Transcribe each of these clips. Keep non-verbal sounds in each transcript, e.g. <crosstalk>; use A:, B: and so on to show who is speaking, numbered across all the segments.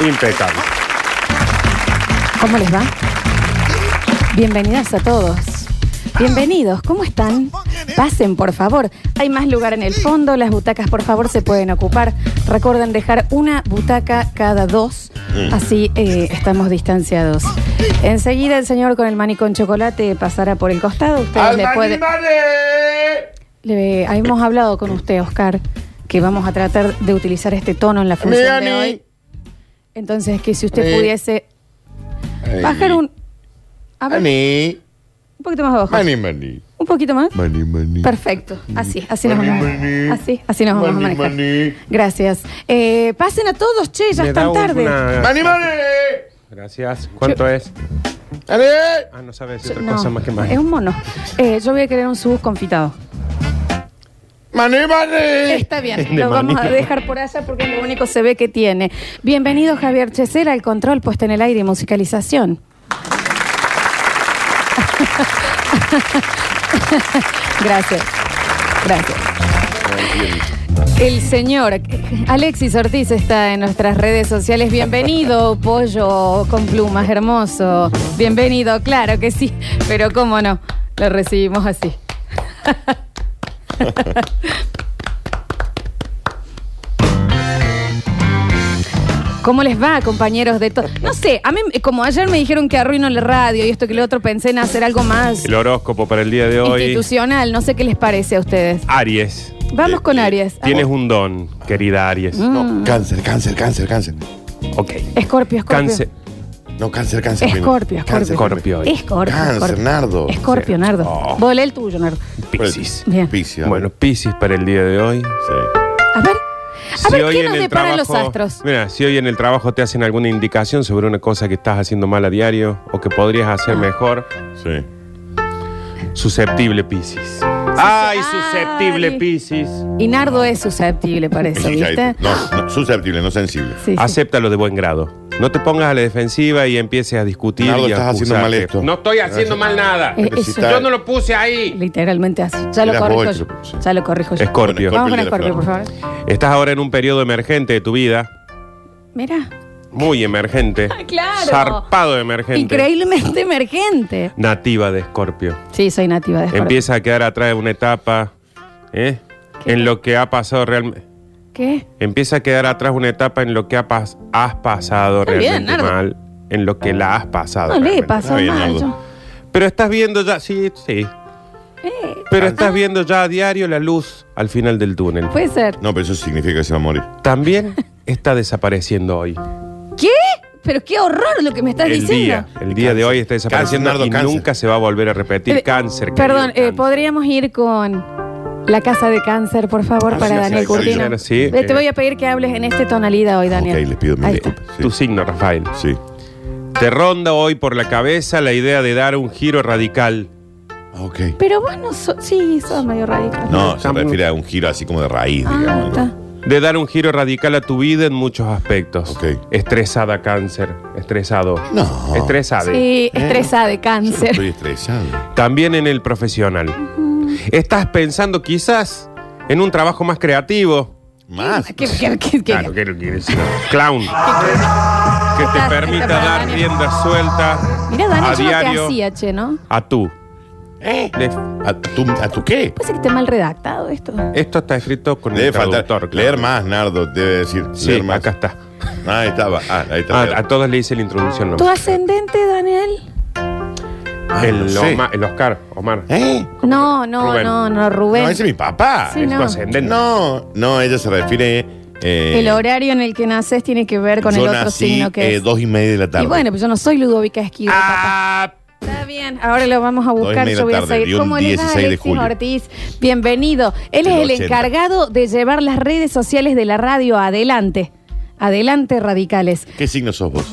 A: Impecable.
B: ¿Cómo les va? Bienvenidas a todos. Bienvenidos, ¿cómo están? Pasen, por favor. Hay más lugar en el fondo, las butacas, por favor, se pueden ocupar. Recuerden dejar una butaca cada dos, así eh, estamos distanciados. Enseguida el señor con el maní con chocolate pasará por el costado. Ustedes le pueden- Le- Habíamos hablado con usted, Oscar, que vamos a tratar de utilizar este tono en la función de hoy. Entonces, que si usted
A: Eh.
B: pudiese bajar un... A ver,
A: Mani.
B: un poquito más abajo.
A: Mani, mani.
B: Un poquito más.
A: Mani, mani.
B: Perfecto, así, así nos
A: Mani,
B: vamos
A: mani.
B: a Así, así nos vamos a
A: Mani,
B: manejar.
A: mani.
B: Gracias. Eh, pasen a todos, che, ya
C: Me
B: es
C: da
B: tan tarde.
C: una-
A: Mani, mani.
C: Gracias. ¿Cuánto es?
A: Mani.
C: Ah, no sabes
B: Yo-
C: otra
B: no,
C: cosa más que más.
B: es un mono. Eh, yo voy a querer un subus confitado.
A: Mani, mani.
B: Está bien,
C: de
B: lo vamos a
C: maní.
B: dejar por allá porque es lo único se ve que tiene. Bienvenido Javier Chesera al control puesto en el aire y musicalización. <laughs> Gracias. Gracias. El señor Alexis Ortiz está en nuestras redes sociales. Bienvenido, pollo con plumas, hermoso. Bienvenido, claro que sí, pero cómo no, lo recibimos así. ¿Cómo les va, compañeros de todo? No sé, a mí, eh, como ayer me dijeron que arruino la radio y esto que lo otro, pensé en hacer algo más
C: El horóscopo para el día de hoy.
B: institucional. No sé qué les parece a ustedes.
C: Aries.
B: Vamos con Aries.
C: Tienes un don, querida Aries.
B: Mm.
A: No, cáncer, cáncer, cáncer, cáncer.
C: Ok.
B: Escorpio, Escorpio.
C: Cáncer.
A: No, cáncer, cáncer. primero.
B: Escorpio,
A: Cáncer,
B: Escorpio.
C: Escorpio hoy.
B: Escorpio.
A: Cáncer,
B: Escorpio.
A: Nardo.
B: Escorpio,
C: Sí.
B: Nardo.
C: Oh.
B: Volé el tuyo, Nardo.
C: Piscis.
B: Bien.
A: Picio.
C: Bueno, Piscis para el día de hoy.
A: Sí.
B: A ver, a
C: Si
B: ver
C: hoy
B: qué
C: en
B: nos
C: el
B: deparan los
C: trabajo-
B: astros.
C: Mira, si hoy en el trabajo te hacen alguna indicación sobre una cosa que estás haciendo mal a diario o que podrías
B: Ah.
C: hacer mejor,
A: Sí.
C: susceptible Piscis. Ay, susceptible
B: Ay.
C: Piscis.
B: Y Nardo es susceptible para eso,
A: Sí, ya-
B: ¿viste?
A: No, no, susceptible, no sensible.
B: Sí, sí.
C: Acéptalo de buen grado. No te pongas a la defensiva y empieces a discutir.
A: Nardo,
C: y a
A: estás haciendo
C: acusarte.
A: mal esto.
C: No estoy haciendo mal nada.
B: Eh,
A: Necesita-
B: eso-
C: Yo no lo puse ahí.
B: Literalmente así. Ya lo
A: Las
B: corrijo
A: voy,
B: yo.
A: sí.
B: Ya lo corrijo yo.
C: Escorpio.
B: Vamos con
A: Escorpio
B: Escorpio,
A: y la
B: por favor.
C: Estás ahora en un periodo emergente de tu vida.
B: Mira,
C: Muy emergente.
B: Ah, <laughs> claro.
C: Zarpado emergente.
B: increíblemente emergente.
C: Nativa de Escorpio.
B: Sí, soy nativa de Escorpio.
C: Empieza a quedar atrás de una etapa. ¿eh?
B: ¿Qué?
C: En lo que ha pasado realmente.
B: ¿Qué?
C: Empieza a quedar atrás una etapa en lo que ha pas- has pasado
B: Está bien,
C: realmente
B: Nardo.
C: mal. En lo que la has pasado.
B: No le
C: realmente.
B: pasó
A: Ah, Está bien,
B: mal.
A: Nardo.
B: yo.
C: Pero estás viendo ya. Sí, sí.
B: Eh,
C: Pero
B: ah.
C: estás viendo ya a diario la luz al final del túnel.
B: Puede ser.
A: No, pero eso significa que se va a morir.
C: También está desapareciendo hoy.
B: ¿Qué? Pero qué horror lo que me estás
C: el
B: diciendo.
C: día. El día de hoy está desapareciendo
A: Cáncer, Nardo,
C: y
A: cáncer.
C: nunca se va a volver a repetir.
B: Eh,
C: cáncer.
B: Perdón,
C: querido
B: eh, podríamos ir con la casa de cáncer, por favor,
A: Ah,
B: para
A: sí,
B: Daniel
A: sí, sí,
B: Curtino.
C: claro, sí,
B: Ve, Te
C: eh.
B: voy a pedir que hables en esta tonalidad hoy, Daniel.
A: Ok, les pido mil
B: Ahí está.
A: disculpas. Sí.
C: Tu signo, Rafael.
A: Sí.
C: Te ronda hoy por la cabeza la idea de dar un giro radical.
A: Ah, Ok.
B: Pero vos no sos. Sí, sos medio radical.
A: No, se
C: Estamos-
A: refiere a un giro así como de raíz,
B: Ah,
A: digamos.
B: está.
A: ¿no?
C: De dar un giro radical a tu vida en muchos aspectos.
A: Ok.
C: Estresada, cáncer. Estresado.
A: No.
C: Estresada.
B: Sí, estresa de
A: eh, Yo no
B: cáncer.
A: Estoy estresado.
C: También en el profesional. Estás pensando quizás en un trabajo más creativo.
A: Más.
B: <laughs>
A: pues,
B: ¿Qué, qué, qué- qué-
C: Claro, ¿qué lo quieres?
B: <laughs>
C: Clown. Que te
B: Estás-
C: permita
B: estás para
C: dar
B: Dani.
C: rienda suelta
B: Mira, Daniel,
C: a
B: yo no te
C: diario
B: hacía, che, ¿no?
C: a tú.
A: ¿Eh?
C: Le-
A: ¿A tu, a tu qué?
B: Parece que está mal redactado esto.
C: esto está escrito con
A: Debe
C: el
A: faltar.
C: traductor. claro.
A: Leer más, Nardo, debe decir.
C: Sí,
A: leer más.
C: acá está.
A: Ah, ahí estaba. Ah, ahí está.
C: Ah, a todos le hice la introducción. ¿no?
B: ¿Tu ascendente, Daniel?
A: Ah, no
C: El,
A: sé.
C: Oma- el Oscar, Omar.
A: ¿Eh?
B: No, no,
C: Rubén.
B: no, no, Rubén.
A: No, ese es mi papá.
B: Sí,
C: Es
B: no.
C: tu ascendente.
A: No, no, ella se refiere. eh,
B: El horario en el que naces tiene que ver con
A: yo
B: el otro
A: nací,
B: signo que
A: eh,
B: es.
A: dos y media de la tarde.
B: Y bueno, pues yo no soy Ludovica Esquivel, papá.
C: Ah,
B: Está bien, ahora lo vamos a
A: Dos y
B: buscar.
A: media
B: Yo voy a
A: tarde,
B: seguir.
A: dio un
B: ¿Cómo le va
A: 16 de
B: Alexis
A: julio.
B: Ortiz? Bienvenido. Él es
A: Del
B: el
A: 80.
B: encargado de llevar las redes sociales de la radio adelante. Adelante, radicales.
A: ¿Qué signo sos vos?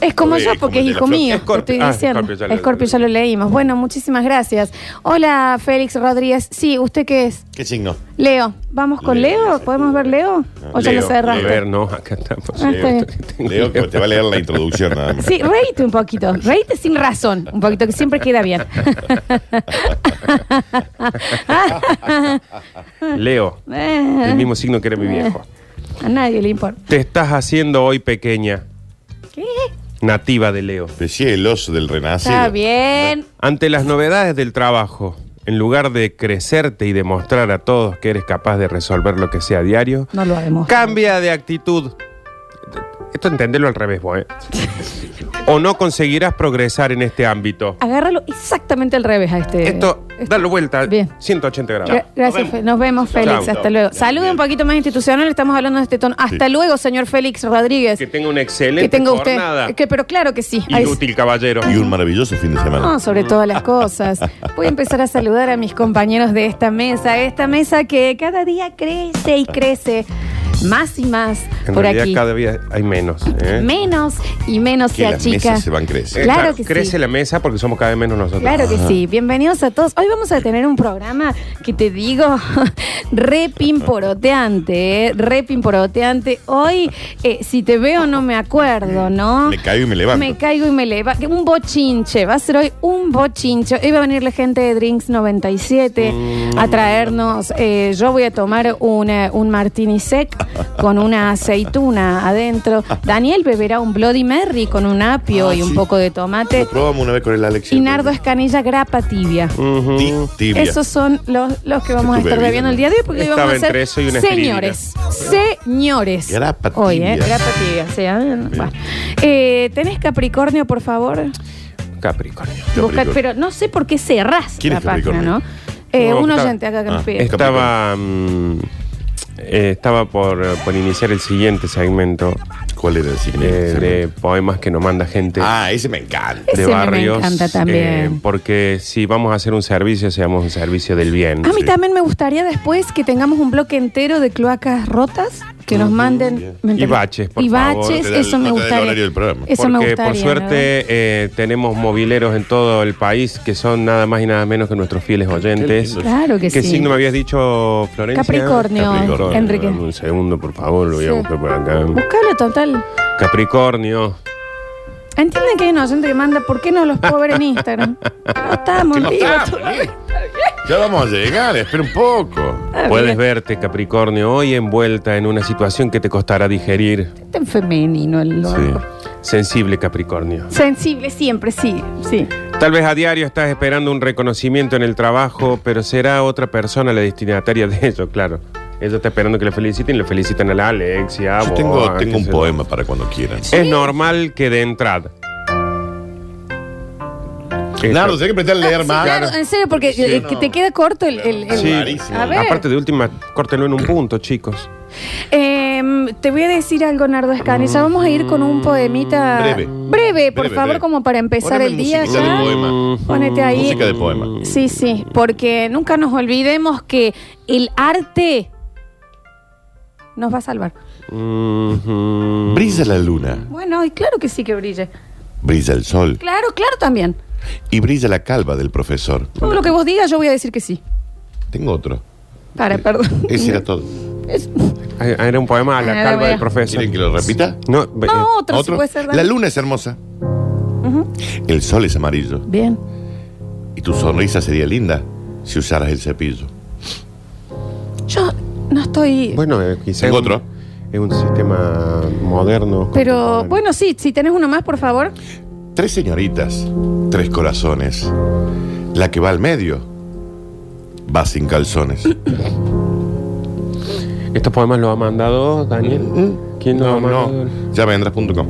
B: Es como
A: Uy,
B: yo,
A: como
B: porque
A: el
B: es
A: de la
B: hijo
A: flor.
B: mío.
C: Escorpio.
B: te estoy
C: Ah,
B: diciendo.
C: Escorpio,
B: Escorpio
C: ya
B: ya,
C: lo-
B: lo leímos. Bueno, muchísimas gracias. Hola, Félix Rodríguez. Sí, ¿usted qué es?
A: ¿Qué signo?
B: Leo. ¿vamos con
A: Leo,
B: Leo?
A: sí.
B: ¿Podemos ver Leo? ¿O ya
C: Leo,
B: lo cerraste?
C: A ver, no, acá estamos.
B: Ah, está bien.
A: Leo, que te va a leer la introducción nada más.
B: Sí, reíte un poquito. Reíte sin razón. Un poquito que siempre queda bien.
C: Leo,
B: Eh, <laughs>
C: el mismo signo que era mi viejo.
B: Eh, A nadie le importa.
C: Te estás haciendo hoy pequeña,
B: ¿Qué?
C: nativa de Leo.
A: Decía el oso del renacido.
B: Está bien.
C: Ante las novedades del trabajo, en lugar de crecerte y demostrar a todos que eres capaz de resolver lo que sea a diario,
B: No lo haremos.
C: cambia de actitud. Esto entenderlo al revés, vos, ¿eh? O no conseguirás progresar en este ámbito.
B: Agárralo exactamente al revés a este.
C: Esto, dalo vuelta,
B: Bien.
C: 180 grados.
B: Gra-
A: Nos
B: gracias,
A: vemos.
B: Fe- nos vemos,
A: Chao.
B: Félix.
A: Chao.
B: Hasta luego.
A: Bien,
B: Salude
A: bien.
B: un poquito más institucional, estamos hablando de este tono. Hasta
A: Sí.
B: luego, señor Félix Rodríguez.
C: Que tenga una excelente
B: Que tenga usted.
C: jornada.
B: Que, pero claro que sí. Ahí-
C: Inútil, caballero.
A: Y un maravilloso fin de semana.
B: No, sobre todas las cosas. Voy a empezar a saludar a mis compañeros de esta mesa, esta mesa que cada día crece y crece más y más
C: En
B: por
C: realidad
B: aquí.
C: cada día hay menos. ¿eh?
B: Menos y menos
A: que
B: se
A: las
B: achica.
A: mesas se van creciendo.
C: Eh,
B: Claro que sí.
C: Crece la mesa porque somos cada vez menos nosotros.
B: Claro que sí, bienvenidos a todos. Hoy vamos a tener un programa que te digo, <laughs> repimporoteante, eh, repimporoteante. Hoy, eh, si te veo, no me acuerdo, ¿no?
A: Mm, Me caigo y me levanto.
B: Me caigo y me leva. que Un bochinche. Va a ser hoy un bochinche. Hoy va a venir la gente de Drinks 97
A: Mm.
B: a traernos. eh, yo voy a tomar una- un martini sec con una aceituna
A: <laughs>
B: adentro. Daniel beberá un Bloody Mary con un apio
A: Ah,
B: y un
A: sí.
B: poco de tomate.
A: Lo probamos una vez con el Alex.
B: Y Nardo Escanilla grapa tibia.
C: Ujú.
A: Ti-
B: Mm.
A: tibia.
B: Esos son los, los que vamos a
A: Estuve
B: estar
A: bebiendo.
B: bebiendo el día de hoy porque hoy
C: Estaba
B: vamos a
C: entre
B: ser
C: eso y una
B: señores. Señores.
A: Grapa
B: Hoy, ¿eh?
A: tibia.
B: Grapa tibia. sí, ah, bueno. Eh, ¿Tenés Capricornio, por favor?
C: Capricornio.
B: Busca-
A: Capricornio.
B: pero no sé por qué cerrás
A: ¿Quién
B: la
A: es Capricornio?
B: página, ¿no? Eh,
C: No,
B: un
C: está- este
B: oyente acá que nos
A: Ah,
B: pide.
A: es-
C: Estaba, mm, eh, estaba por, eh, por iniciar el siguiente segmento
A: ¿Cuál era el
C: eh,
A: signo?
C: de poemas que nos manda gente
A: Ah, ese me encanta.
B: ese
C: de
B: me
C: barrios. eh,
B: encanta también.
C: porque si vamos a hacer un servicio, seamos un servicio del bien.
B: A mí
A: Sí.
B: también me gustaría después que tengamos un bloque entero de cloacas rotas que nos manden.
A: bien.
B: ¿me entendés?
C: Mm, Y baches, por
B: Y
C: favor.
B: baches,
A: No te da- no
B: eso me
A: te da el
B: gustaría.
A: horario del programa.
B: Eso me
C: Porque
B: gustaría.
C: por
B: ¿no?
C: suerte eh, tenemos mobileros en todo el país que son nada más y nada menos que nuestros fieles oyentes.
A: lindo.
B: Claro que
C: ¿Qué
B: sí.
C: signo me habías dicho, Florencia?
B: Capricornio, Enrique.
C: Dame Un segundo, por favor, lo voy a
B: Sí.
C: buscar por acá.
B: Buscalo total.
C: Capricornio.
B: Ah, Entienden que hay un oyente que manda, ¿por qué no los puedo ver en Instagram?
A: <laughs>
B: No estamos,
A: Que no
B: en vivo.
A: estamos, ¿eh? Ya vamos a llegar, espera un poco.
B: Ah,
C: Puedes
B: bien.
C: verte, Capricornio, hoy envuelta en una situación que te costará digerir.
B: Este Tan femenino el
A: Ah,
B: loco.
C: Sensible, Capricornio.
B: Sensible siempre, sí, sí.
C: Tal vez a diario estás esperando un reconocimiento en el trabajo, pero será otra persona la destinataria de ello, claro. Ella está esperando que le feliciten y le felicitan a la Alexia. a
A: Yo
C: vos,
A: tengo,
C: a
A: tengo
C: qué
A: un
C: sé yo.
A: poema para cuando quieran.
C: Es normal que de entrada.
A: Nardo, tenés que aprender a leer
B: Sí,
A: más.
B: claro, en serio, porque
A: Sí,
B: eh,
A: no.
B: que te queda corto el... el- el-
C: Sí.
A: Rarísimo.
B: A ver,
C: Aparte de última, córtelo en un punto, chicos.
B: em, te voy a decir algo, Nardo Escanilla. Vamos a ir con un poemita...
A: Mm, Breve.
B: Breve, por
A: Breve,
B: favor,
A: breve.
B: como para empezar
A: Poneme
B: el día.
A: musiquita de
B: ya.
A: poema.
B: Ponete ahí.
A: Música de poema.
B: Sí, sí, porque nunca nos olvidemos que el arte nos va a salvar.
C: Ujú.
A: Brilla la luna,
B: Bueno, y claro que sí que brille.
A: brilla el sol
B: Claro, claro también.
A: y brilla la calva del profesor.
B: Todo lo que vos digas, yo voy a decir que sí.
A: Tengo otro. Eh,
B: Para, perdón.
A: Ese era todo. eh,
B: Es-
C: Ah, Era un poema a la
B: Ah,
C: calva
B: voy a-
C: del profesor.
A: ¿Quieren que lo repita?
C: No,
B: <laughs> No,
C: eh,
B: otro, sí puede ser. dale.
A: La luna es hermosa. El sol es amarillo.
B: Bien.
A: Y tu sonrisa sería linda si usaras el cepillo.
B: Yo no estoy.
C: Bueno, eh, quizá
A: Tengo
C: es un-
A: otro.
C: Es un sistema moderno.
B: pero
C: contemporáneo.
B: bueno, sí, si tenés uno más, por favor.
A: Tres señoritas, tres corazones. La que va al medio va sin
B: <laughs>
A: calzones.
C: Estos poemas los ha mandado Daniel. ¿Quién los ha
A: Mm, No,
C: mandado?
A: no. Ya vendrás.com.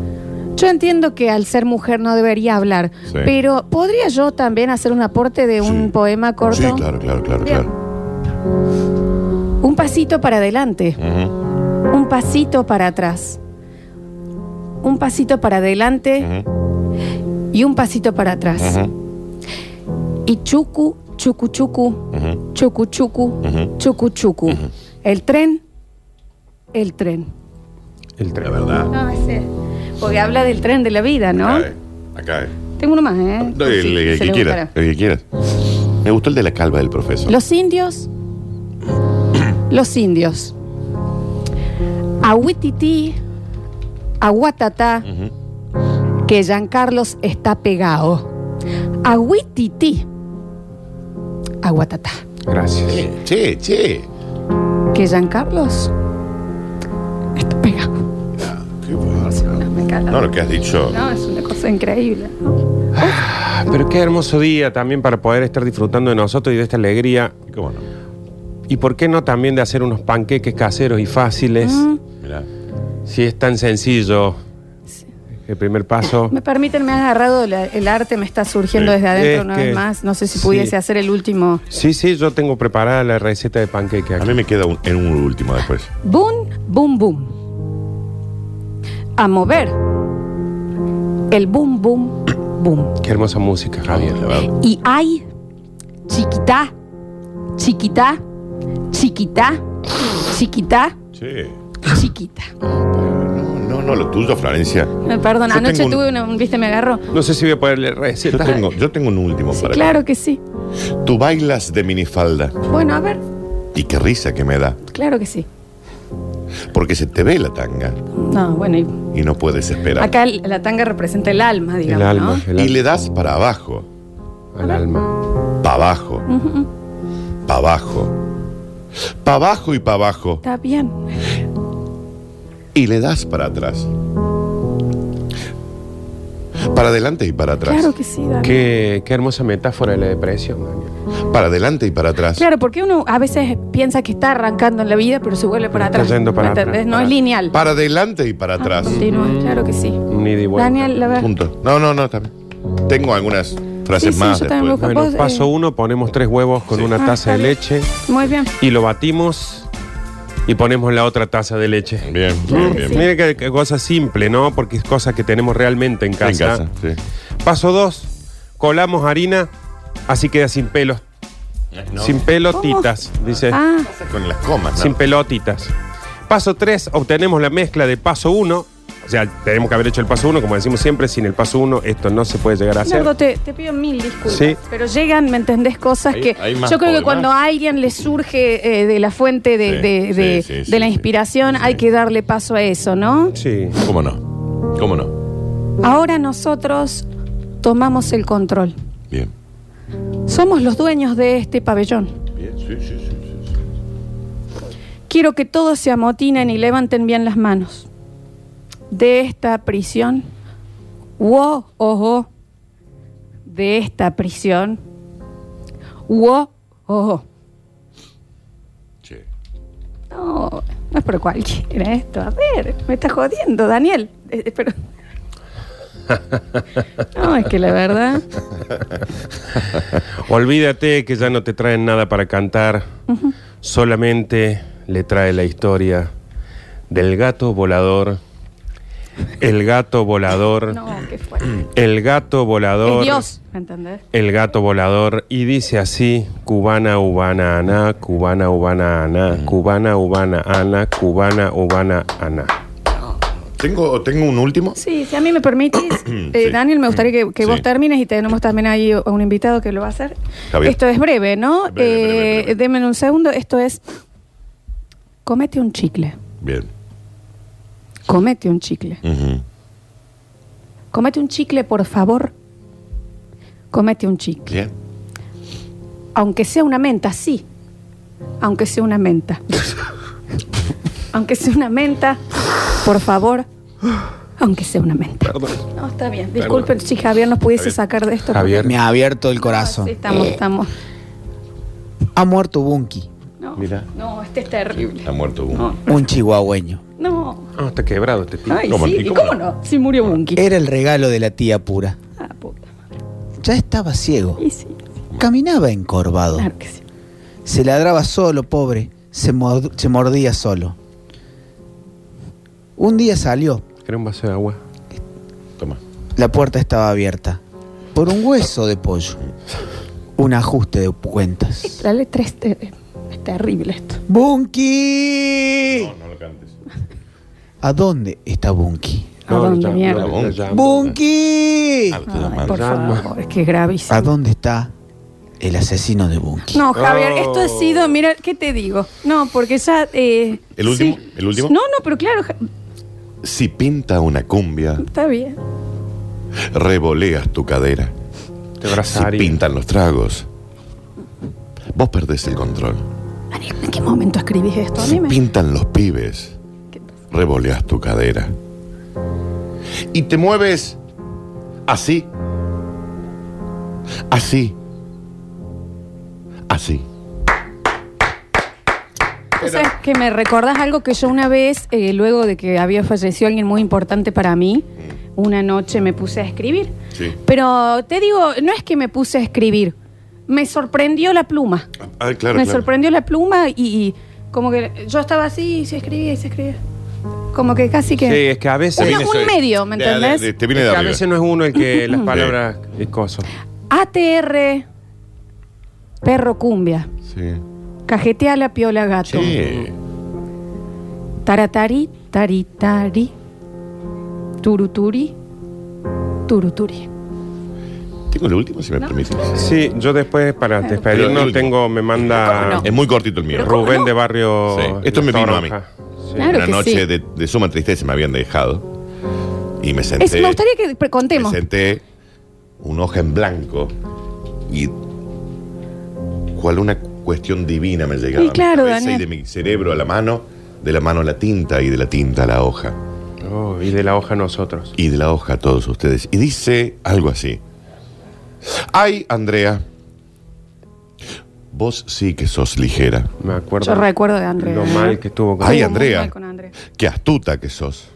B: Yo entiendo que al ser mujer no debería hablar,
A: Sí.
B: pero ¿podría yo también hacer un aporte de un
A: Sí.
B: poema corto?
A: Sí, claro, claro, claro,
B: Bien.
A: claro.
B: Un pasito para adelante.
A: Ujú,
B: Un pasito para atrás. Un pasito para adelante
A: ujú,
B: y un pasito para atrás.
A: ujú,
B: Y chucu, chucu, chucu,
A: ujú.
B: chucu, chucu,
A: Ujú.
B: chucu, chucu. El tren, el tren.
C: El
A: La
C: tren.
A: verdad.
B: No, ese. Porque habla del tren de la vida, ¿no?
A: Acá es. Acá es.
B: Tengo uno más, ¿eh?
A: No, el,
B: Sí,
A: el que
B: se le
A: quieras.
B: gustará.
A: El que quieras. Me gustó el de la calva del profesor.
B: Los indios. Los indios. Ahuitití, aguatatá, que Giancarlos está pegado. Ahuitití, aguatatá,
C: Gracias.
A: Che, che, che.
B: que Giancarlos calor.
A: No, lo que has dicho.
B: No, es una cosa increíble.
C: Ah, Pero qué hermoso día también para poder estar disfrutando de nosotros y de esta alegría.
A: ¿Cómo no?
C: Y por qué no también de hacer unos panqueques caseros y fáciles.
B: Mm.
A: Mirá.
C: Si es tan sencillo. El primer paso.
B: Me permiten, me has agarrado, la- el arte me está surgiendo
A: Sí.
B: desde adentro
C: Es
B: una
C: que-
B: vez más. No sé si
C: sí.
B: pudiese hacer el último.
C: Sí, sí, yo tengo preparada la receta de panqueque
A: A
C: aquí.
A: mí me queda un- en un último después.
B: Boom, boom, boom. A mover. El boom, boom, boom.
C: Qué hermosa música,
B: Ah,
C: Javier.
A: La verdad.
B: Y hay chiquita, chiquita, chiquita, chiquita,
A: Sí.
B: chiquita.
A: No, no, no, lo tuyo, Florencia.
B: Me perdona,
A: Yo
B: anoche
A: tengo un-
B: tuve una, un- viste, me agarró.
C: No sé si voy a ponerle
A: Yo
C: receta.
A: tengo, yo tengo un último
B: Sí,
A: para ti.
B: claro que sí.
A: Tú bailas de minifalda.
B: Bueno, a ver,
A: Y qué risa que me da.
B: claro que sí.
A: Porque se te ve la tanga
B: No, bueno, y
A: y no puedes esperar.
B: acá el- la tanga representa el alma,
C: El
B: digamos,
C: alma,
B: ¿no?
C: el,
A: Y
C: al-
A: le das para abajo,
C: al alma.
A: para abajo, para abajo, para abajo y para abajo.
B: Está bien.
A: Y le das para atrás. Para adelante y para atrás.
B: Claro que sí, Dani.
C: Qué, qué hermosa metáfora de la depresión, Daniel.
A: Para adelante y para atrás.
B: Claro, porque uno a veces piensa que está arrancando en la vida, pero se vuelve para
C: Está
B: atrás.
C: yendo
B: ¿Me
C: para
B: entendés?
C: atrás,
B: No
C: para
B: es
C: atrás.
B: lineal.
A: Para adelante y para
B: Ah,
A: atrás.
B: continúa, claro que sí.
C: Un ida y vuelta.
B: Daniel, la verdad.
A: Punto. No, no, no, también.
C: Oh.
A: Tengo algunas frases
B: Sí, sí,
A: más
B: yo también
A: después.
B: busco.
C: Bueno,
B: Vos,
C: paso
B: eh,
C: uno, ponemos tres huevos con
A: Sí.
C: una
B: Ah,
C: taza de
B: está bien.
C: leche
B: Muy bien.
C: y lo batimos y ponemos la otra taza de leche.
A: Bien,
B: Claro
A: bien,
B: que
A: bien.
B: sí.
A: bien.
C: Mira qué qué cosa simple, ¿no? Porque es cosa que tenemos realmente en casa.
A: En casa, sí.
C: Paso dos, colamos harina, así queda sin pelos. Sin pelotitas,
A: Eh,
C: dice.
B: Ah,
A: Con las comas, ¿no?
C: Sin pelotitas. Paso 3, obtenemos la mezcla de paso 1. O sea, tenemos que haber hecho el paso 1, como decimos siempre, sin el paso 1 esto no se puede llegar a hacer.
B: Nardo, te, te pido mil disculpas.
C: Sí.
B: Pero llegan, ¿me entendés? Cosas
A: Hay-
B: que
A: hay más
B: yo creo que
A: por
B: cuando a alguien le surge eh, de la fuente
A: Sí,
B: de, de- de-
A: sí, sí,
B: de la
A: sí,
B: inspiración,
A: sí.
B: hay que darle paso a eso, ¿no?
C: Sí.
A: ¿Cómo no? ¿Cómo no?
B: Ahora nosotros tomamos el control.
A: Bien.
B: Somos los dueños de este pabellón.
A: Bien, sí, sí, sí. sí, sí.
B: Quiero que todos se amotinen y levanten bien las manos. De esta prisión, wo, ojo, de esta prisión, wo, ojo.
A: Che.
B: No, no es por cualquiera esto. A ver, me estás jodiendo, Daniel. Eh, eh, pero- No, es que la verdad.
C: Olvídate que ya no te traen nada para cantar. Solamente le trae la historia del gato volador. El gato
B: <laughs>
C: volador.
B: No, qué fuerte.
C: El gato
B: Es
C: volador.
B: Dios, ¿me entendés?
C: El gato volador y dice así, cubana, ubana, ana, cubana, ubana, ana, cubana, ubana, ana, cubana, ubana, ana.
A: ¿Tengo, ¿Tengo un último?
B: Sí, si a mí me permitís, eh,
A: Sí.
B: Daniel, me gustaría que, que
A: Sí.
B: vos termines y tenemos también ahí un invitado que lo va a hacer.
A: Javier.
B: Esto es breve, ¿no?
A: Breve, breve,
B: Eh,
A: breve.
B: Denme un segundo. Esto es. Comete un chicle.
A: Bien.
B: Comete un chicle.
A: Ujú.
B: Comete un chicle, por favor. Comete un chicle.
A: Bien.
B: Aunque sea una menta, sí. Aunque sea una menta. Aunque sea una menta, por favor. Aunque sea una menta.
C: Perdón.
B: No, está bien. Disculpen si Javier nos pudiese sacar de esto.
C: Javier.
D: Me ha abierto el
B: porque-
D: corazón.
B: Sí, estamos, estamos.
D: Ha muerto Bunky,
B: No,
A: Mira.
B: no, este es terrible.
A: Está muerto uno.
B: No,
D: un chihuahueño.
B: no.
C: Ah, está quebrado este tío.
B: Ay,
A: ¿Cómo-
B: sí.
A: y
B: ¿Y
A: cómo
B: cómo no? Sí murió Bunky.
D: Era el regalo de la tía pura.
B: Ah, puta madre.
D: Ya estaba ciego.
B: Y sí,
D: Caminaba encorvado.
B: claro que sí.
D: Se ladraba solo, pobre. Se, mord- se mordía solo. Un día salió.
C: Era un vaso de agua.
A: Toma.
D: La puerta estaba abierta. Por un hueso de pollo. Un ajuste de cuentas.
B: La letra es, ter- es terrible esto.
D: ¡Bunky!
A: No lo cantes.
D: ¿A dónde está Bunky?
B: ¿A dónde, mierda?
A: no,
C: ya-
D: ¡Bunky!
A: Ah, te da
B: Ay,
A: mal.
B: por
C: Llama.
B: favor, es que es
D: ¿A
B: gravísimo.
D: dónde está el asesino de Bunky?
B: No, Javier,
C: Oh.
B: esto ha sido, mira, ¿qué te digo? No, porque ya... eh,
A: ¿El último? ¿El último?
B: No, no, pero claro, ja-
A: Si pinta una cumbia,
B: está bien.
A: revoleas tu cadera.
C: Te
A: Si
C: abrazaría.
A: pintan los tragos, vos perdés el control.
B: Daniel, ¿en qué momento escribís esto? A
A: Si
B: mí me...
A: pintan los pibes,
B: ¿Qué pasa?
A: revoleas tu cadera. y te mueves así, así, así.
B: ¿Tú sabes que me recordás algo que yo una vez, eh, luego de que había fallecido alguien muy importante para mí, una noche me puse a escribir.
A: Sí.
B: Pero te digo, no es que me puse a escribir, me sorprendió la pluma.
A: Ah, claro,
B: me
A: claro.
B: sorprendió la pluma y, y como que yo estaba así y se escribía y se escribía. Como que casi que...
C: Sí, es que a
A: Te
C: veces.
B: Uno
A: viene
B: es un
A: eso-
B: medio, ¿me
A: de- de-
B: entendés?
A: de- te viene de
C: es que a
A: arriba.
C: veces no es uno el que las palabras y cosas.
B: ATR, perro cumbia,
A: Sí.
B: cajetea la piola gato.
A: Sí.
B: Taratari, taritari, turuturi, turuturi.
A: Tengo el último, si me permites.
C: Sí, yo después, para
A: Pero
C: despedirnos,
A: el-
C: tengo, me manda
B: ¿Cómo no?
A: Es muy cortito el mío.
B: Pero-
C: Rubén de Barrio.
A: Sí, esto me
C: La
A: vino a mí.
C: Toronja. Sí.
B: Claro.
A: Una
B: que
A: noche
B: sí.
A: de, de suma tristeza me habían dejado. Y me senté.
B: Es, me gustaría que pre-
A: me
B: contemos.
A: senté una hoja en blanco. Y. cual una cuestión divina me llegaba.
B: Y
A: a mi
B: claro,
A: cabeza
B: Daniel.
A: Y de mi cerebro a la mano, de la mano a la tinta y de la tinta a la hoja.
C: Oh, y de la hoja a nosotros.
A: y de la hoja a todos ustedes. Y dice algo así. Ay, Andrea, vos sí que sos ligera.
C: Me acuerdo.
B: Yo recuerdo de Andrea.
C: Lo mal que estuvo con
A: Ay,
B: Estuvo muy
A: Andrea.
B: mal con Andrea.
A: Qué astuta que sos.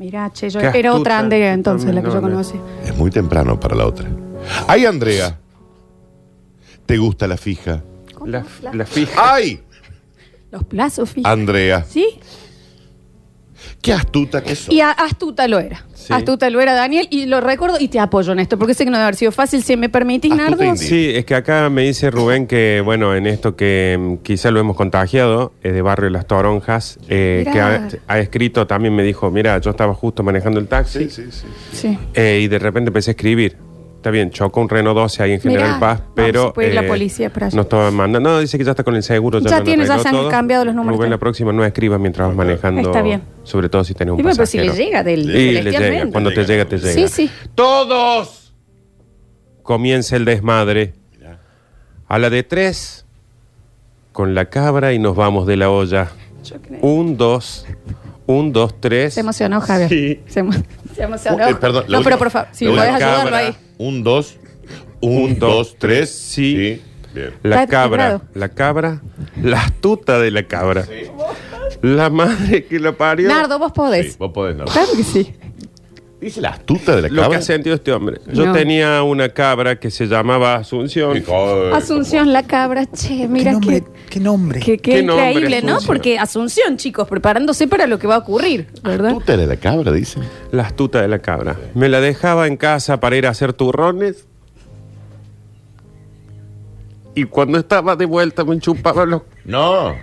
B: Mirá, che, yo
C: Qué
B: era otra
C: astuta.
B: Andrea entonces, la que yo
C: No, no.
B: conocí.
A: Es muy temprano para la otra. Ay, Andrea, te gusta la fija.
C: la, la fija.
A: Ay,
B: Los plazos fijos.
C: Ah,
A: Andrea,
B: ¿Sí?
A: qué astuta que sos.
B: Y a- astuta lo era.
C: Sí.
B: Astuta lo era, Daniel, y lo recuerdo y te apoyo en esto, porque sé que no debe haber sido fácil. Si me permitís,
A: Astuta
B: Nardo.
A: indi-
C: Ah, Sí, es que acá me dice Rubén que, bueno, en esto que mm, quizá lo hemos contagiado, es de Barrio Las Toronjas, eh,
B: Mirá.
C: que ha, ha escrito, también me dijo, mira, yo estaba justo manejando el
A: Sí,
C: taxi
A: sí, sí.
B: Sí.
C: eh, y de repente empecé a escribir. Está bien, chocó un Renault 12 ahí en General
B: Mirá,
C: Paz,
B: vamos,
C: pero...
B: se puede ir la policía para allá.
C: No estaba mandando, no, dice que ya está con el seguro.
B: Ya
C: lo
B: tiene, ya
C: arregló
B: se han
C: todo.
B: cambiado los números
C: Rubén, la
B: también.
C: próxima no escribas mientras vas manejando.
B: Está bien.
C: Sobre todo si tenés un
B: Y bueno, pero si
C: pasajero.
B: le llega del
C: Y
B: del
C: le llega,
B: celestialmente.
C: cuando te llega, te llega.
B: Sí, sí.
A: Todos.
C: comienza el desmadre. A la de tres, con la cabra y nos vamos de la olla.
B: Yo creo.
C: Un, dos, un, dos, tres.
B: Se emocionó, Javier.
C: Sí.
B: Se, emo- se emocionó.
A: Eh, perdón, la
B: no,
A: última-
B: pero por favor, si
A: la
B: podés
A: última.
B: ayudarlo
C: Cámara.
B: ahí.
A: Un, dos. Un, dos,
C: Un, dos,
A: tres.
C: sí.
A: Bien.
C: La
B: Está
C: cabra,
B: timbrado.
C: la cabra, la astuta de la cabra. La madre que la parió.
B: Nardo, vos podés.
A: Sí, vos podés, <laughs> Nardo.
B: Claro que sí.
A: Dice la astuta de la
C: Lo que
A: cabra.
C: ha sentido este hombre. Yo
B: No.
C: tenía una cabra que se llamaba Asunción.
A: Ah,
B: Asunción la cabra, che,
D: ¿Qué
B: mira
D: nombre?
B: que,
D: ¿Qué nombre?
B: que, que
C: Qué nombre,
B: increíble, ¿no?
C: Asunción.
B: Porque Asunción, chicos, preparándose para lo que va a ocurrir, ¿verdad?
A: Astuta de la cabra, dice.
C: La astuta de la cabra. Me la dejaba en casa para ir a hacer turrones. Y cuando estaba de vuelta me chupaba los
A: No.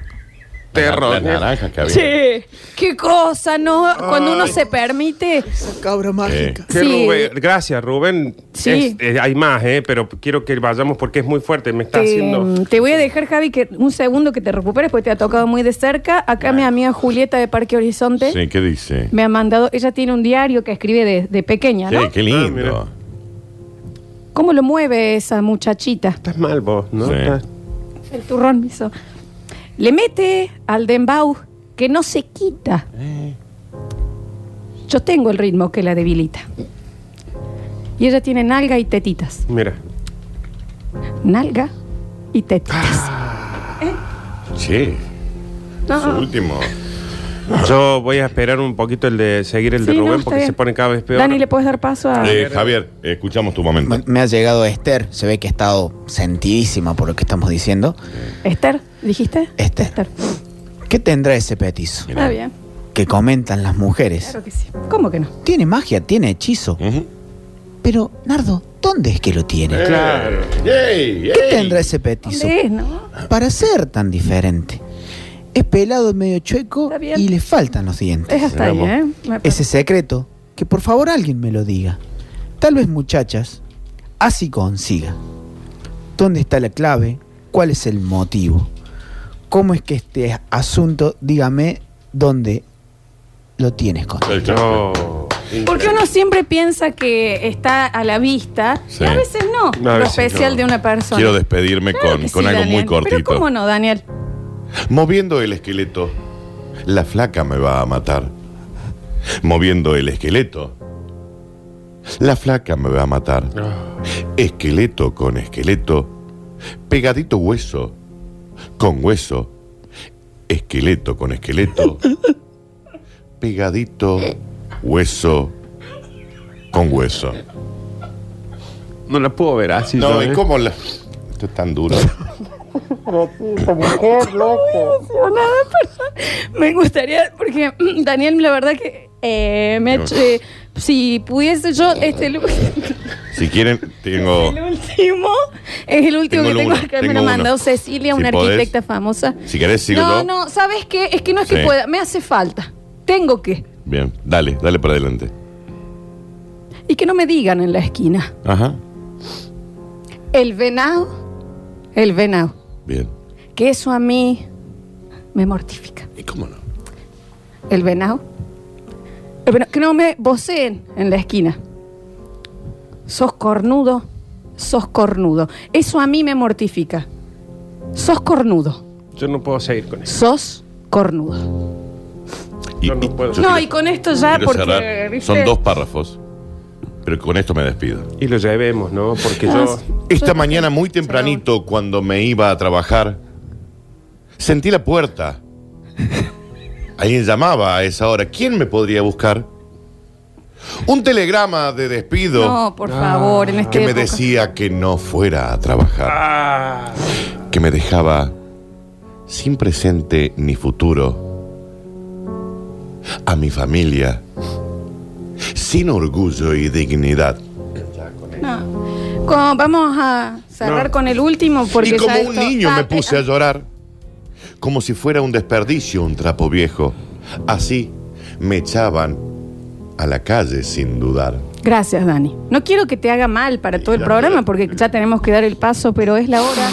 C: Terrones.
A: Las naranjas que había.
B: Che, qué cosa, ¿no? Cuando uno se permite.
D: Esa cabra mágica.
C: Que
B: Sí.
C: Rubén- gracias, Rubén.
B: Sí.
C: Es- eh, hay más, eh, pero quiero que vayamos porque es muy fuerte. Me está haciendo.
B: Te, te voy a dejar, Javi, que un segundo que te recuperes, porque te ha tocado muy de cerca. Acá mi amiga Julieta de Parque Horizonte
A: Sí, ¿qué dice?
B: me ha mandado, ella tiene un diario que escribe de, de pequeña,
A: Sí,
B: ¿no?
A: qué
C: Ah,
A: lindo.
B: ¿Cómo lo mueve esa muchachita?
C: Estás mal vos, ¿no?
A: Sí.
C: Estás-
B: El turrón miso. Le mete al Denbau que no se quita. Yo tengo el ritmo que la debilita. Y ella tiene nalga y tetitas.
C: Mira.
B: Nalga y tetitas.
C: Ah,
A: Sí. Su
B: No.
A: último.
C: Yo voy a esperar un poquito el de seguir el de
B: Sí, no,
C: Rubén
B: está
C: porque
B: bien.
C: se pone cada vez peor.
B: Dani, ¿le puedes dar paso a...?
A: Eh, Javier, escuchamos tu momento.
D: Me- Me ha llegado Esther, se ve que ha estado sentidísima por lo que estamos diciendo.
B: Esther, ¿dijiste?
D: Esther.
B: Esther.
D: ¿Qué tendrá ese petizo?
B: Está bien,
D: Que comentan las mujeres.
B: claro que sí. ¿Cómo que no?
D: Tiene magia, tiene hechizo.
A: Ujú.
D: Pero, Nardo, ¿dónde es que lo
A: Eh.
D: tiene?
C: Claro.
A: Yay, yay.
D: ¿Qué tendrá ese petizo
B: ¿Dónde es, no?
D: para ser tan diferente? Es pelado, medio chueco
B: Está bien.
D: y le faltan los dientes.
B: Es hasta ahí, ¿eh? Me-
D: Ese secreto, que por favor alguien me lo diga. Tal vez muchachas, así consiga. ¿Dónde está la clave? ¿Cuál es el motivo? ¿Cómo es que este asunto, dígame, dónde lo tienes con?
A: El chavo.
C: No.
B: Porque uno siempre piensa que está a la vista.
A: Sí.
B: y A veces no.
C: A
B: lo
C: veces
B: especial
C: no.
B: de una persona.
A: Quiero despedirme
B: Claro
A: con,
B: que
A: con
B: sí,
A: algo muy
B: Daniel. Pero
A: cortito.
B: cómo no, Daniel.
A: Moviendo el esqueleto, la flaca me va a matar. Moviendo el esqueleto, La flaca me va a matar. Esqueleto con esqueleto. Pegadito hueso con hueso. Esqueleto con esqueleto. Pegadito hueso con hueso.
C: No la puedo ver así.
A: No,
C: yo,
A: ¿y
C: ¿eh?
A: cómo la.? Esto es tan duro.
B: <laughs> emocionada, perdón. Me gustaría, porque mm, Daniel, la verdad que eh, me ha hecho- eh, si pudiese yo, este <laughs> el,
A: Si quieren, tengo.
B: el último, es el último
A: Oh. Tengo
B: que tengo
A: uno,
B: acá, me
A: tengo
B: lo
A: uno.
B: mandó Cecilia,
A: Si
B: una
A: podés.
B: arquitecta famosa.
A: Si querés, sigo
B: No,
A: yo.
B: no, ¿sabes qué? Es que no es que
A: Sí.
B: pueda, me hace falta. Tengo que.
A: Bien, dale, dale para adelante.
B: Y que no me digan en la esquina.
A: Ajá.
B: El venado, el venado.
A: Bien.
B: Que eso a mí me mortifica.
A: ¿Y cómo no?
B: El venado. El venado. Que no me voceen en la esquina. Sos cornudo, sos cornudo. Eso a mí me mortifica. Sos cornudo,
C: Yo no puedo seguir con eso.
B: sos cornudo.
A: Y-
C: Yo no
A: y-
C: puedo.
A: yo
B: no,
A: quiero-
B: y con esto
A: quiero
B: ya, Ah, porque.
A: cerrar.
B: ¿viste?
A: Son dos párrafos, pero con esto me despido.
C: Y lo llevemos, ¿no? Porque
B: Ah,
C: yo.
B: Pues,
A: Esta mañana muy tempranito, cuando me iba a trabajar, sentí la puerta. Alguien llamaba a esa hora. ¿Quién me podría buscar? Un telegrama de despido
B: No, por favor, en este
A: que me decía que no fuera a trabajar,
C: Ah,
A: que me dejaba sin presente ni futuro, a mi familia, sin orgullo y dignidad.
B: vamos a cerrar
C: No.
B: con el último porque
A: y como
B: ya
A: un
B: esto-
A: niño
B: Ah,
A: me puse a llorar, como si fuera un desperdicio un trapo viejo. Así me echaban a la calle sin dudar.
B: Gracias, Dani. No quiero que te haga mal para todo el
A: Ya,
B: programa
A: ya.
B: porque ya tenemos que dar el paso, pero es la hora.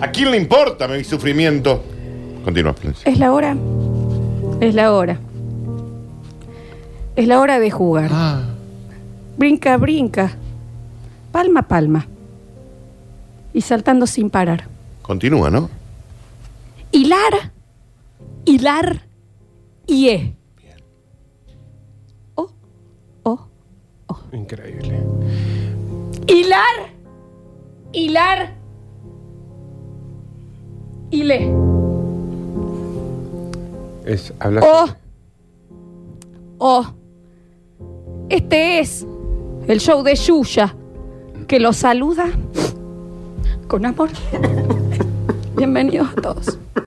A: ¿A quién le importa mi sufrimiento? Continúa, Florencia.
B: Es la hora. Es la hora. Es la hora de jugar. Brinca, brinca. Palma, palma. Y saltando sin parar.
A: Continúa, ¿no?
B: Hilar, hilar, y e. O, o.
C: increíble.
B: Hilar, hilar, hile.
C: Es hablar.
B: Oh, oh, este es el show de Yuya, que los saluda con amor. <laughs> Bienvenidos a todos.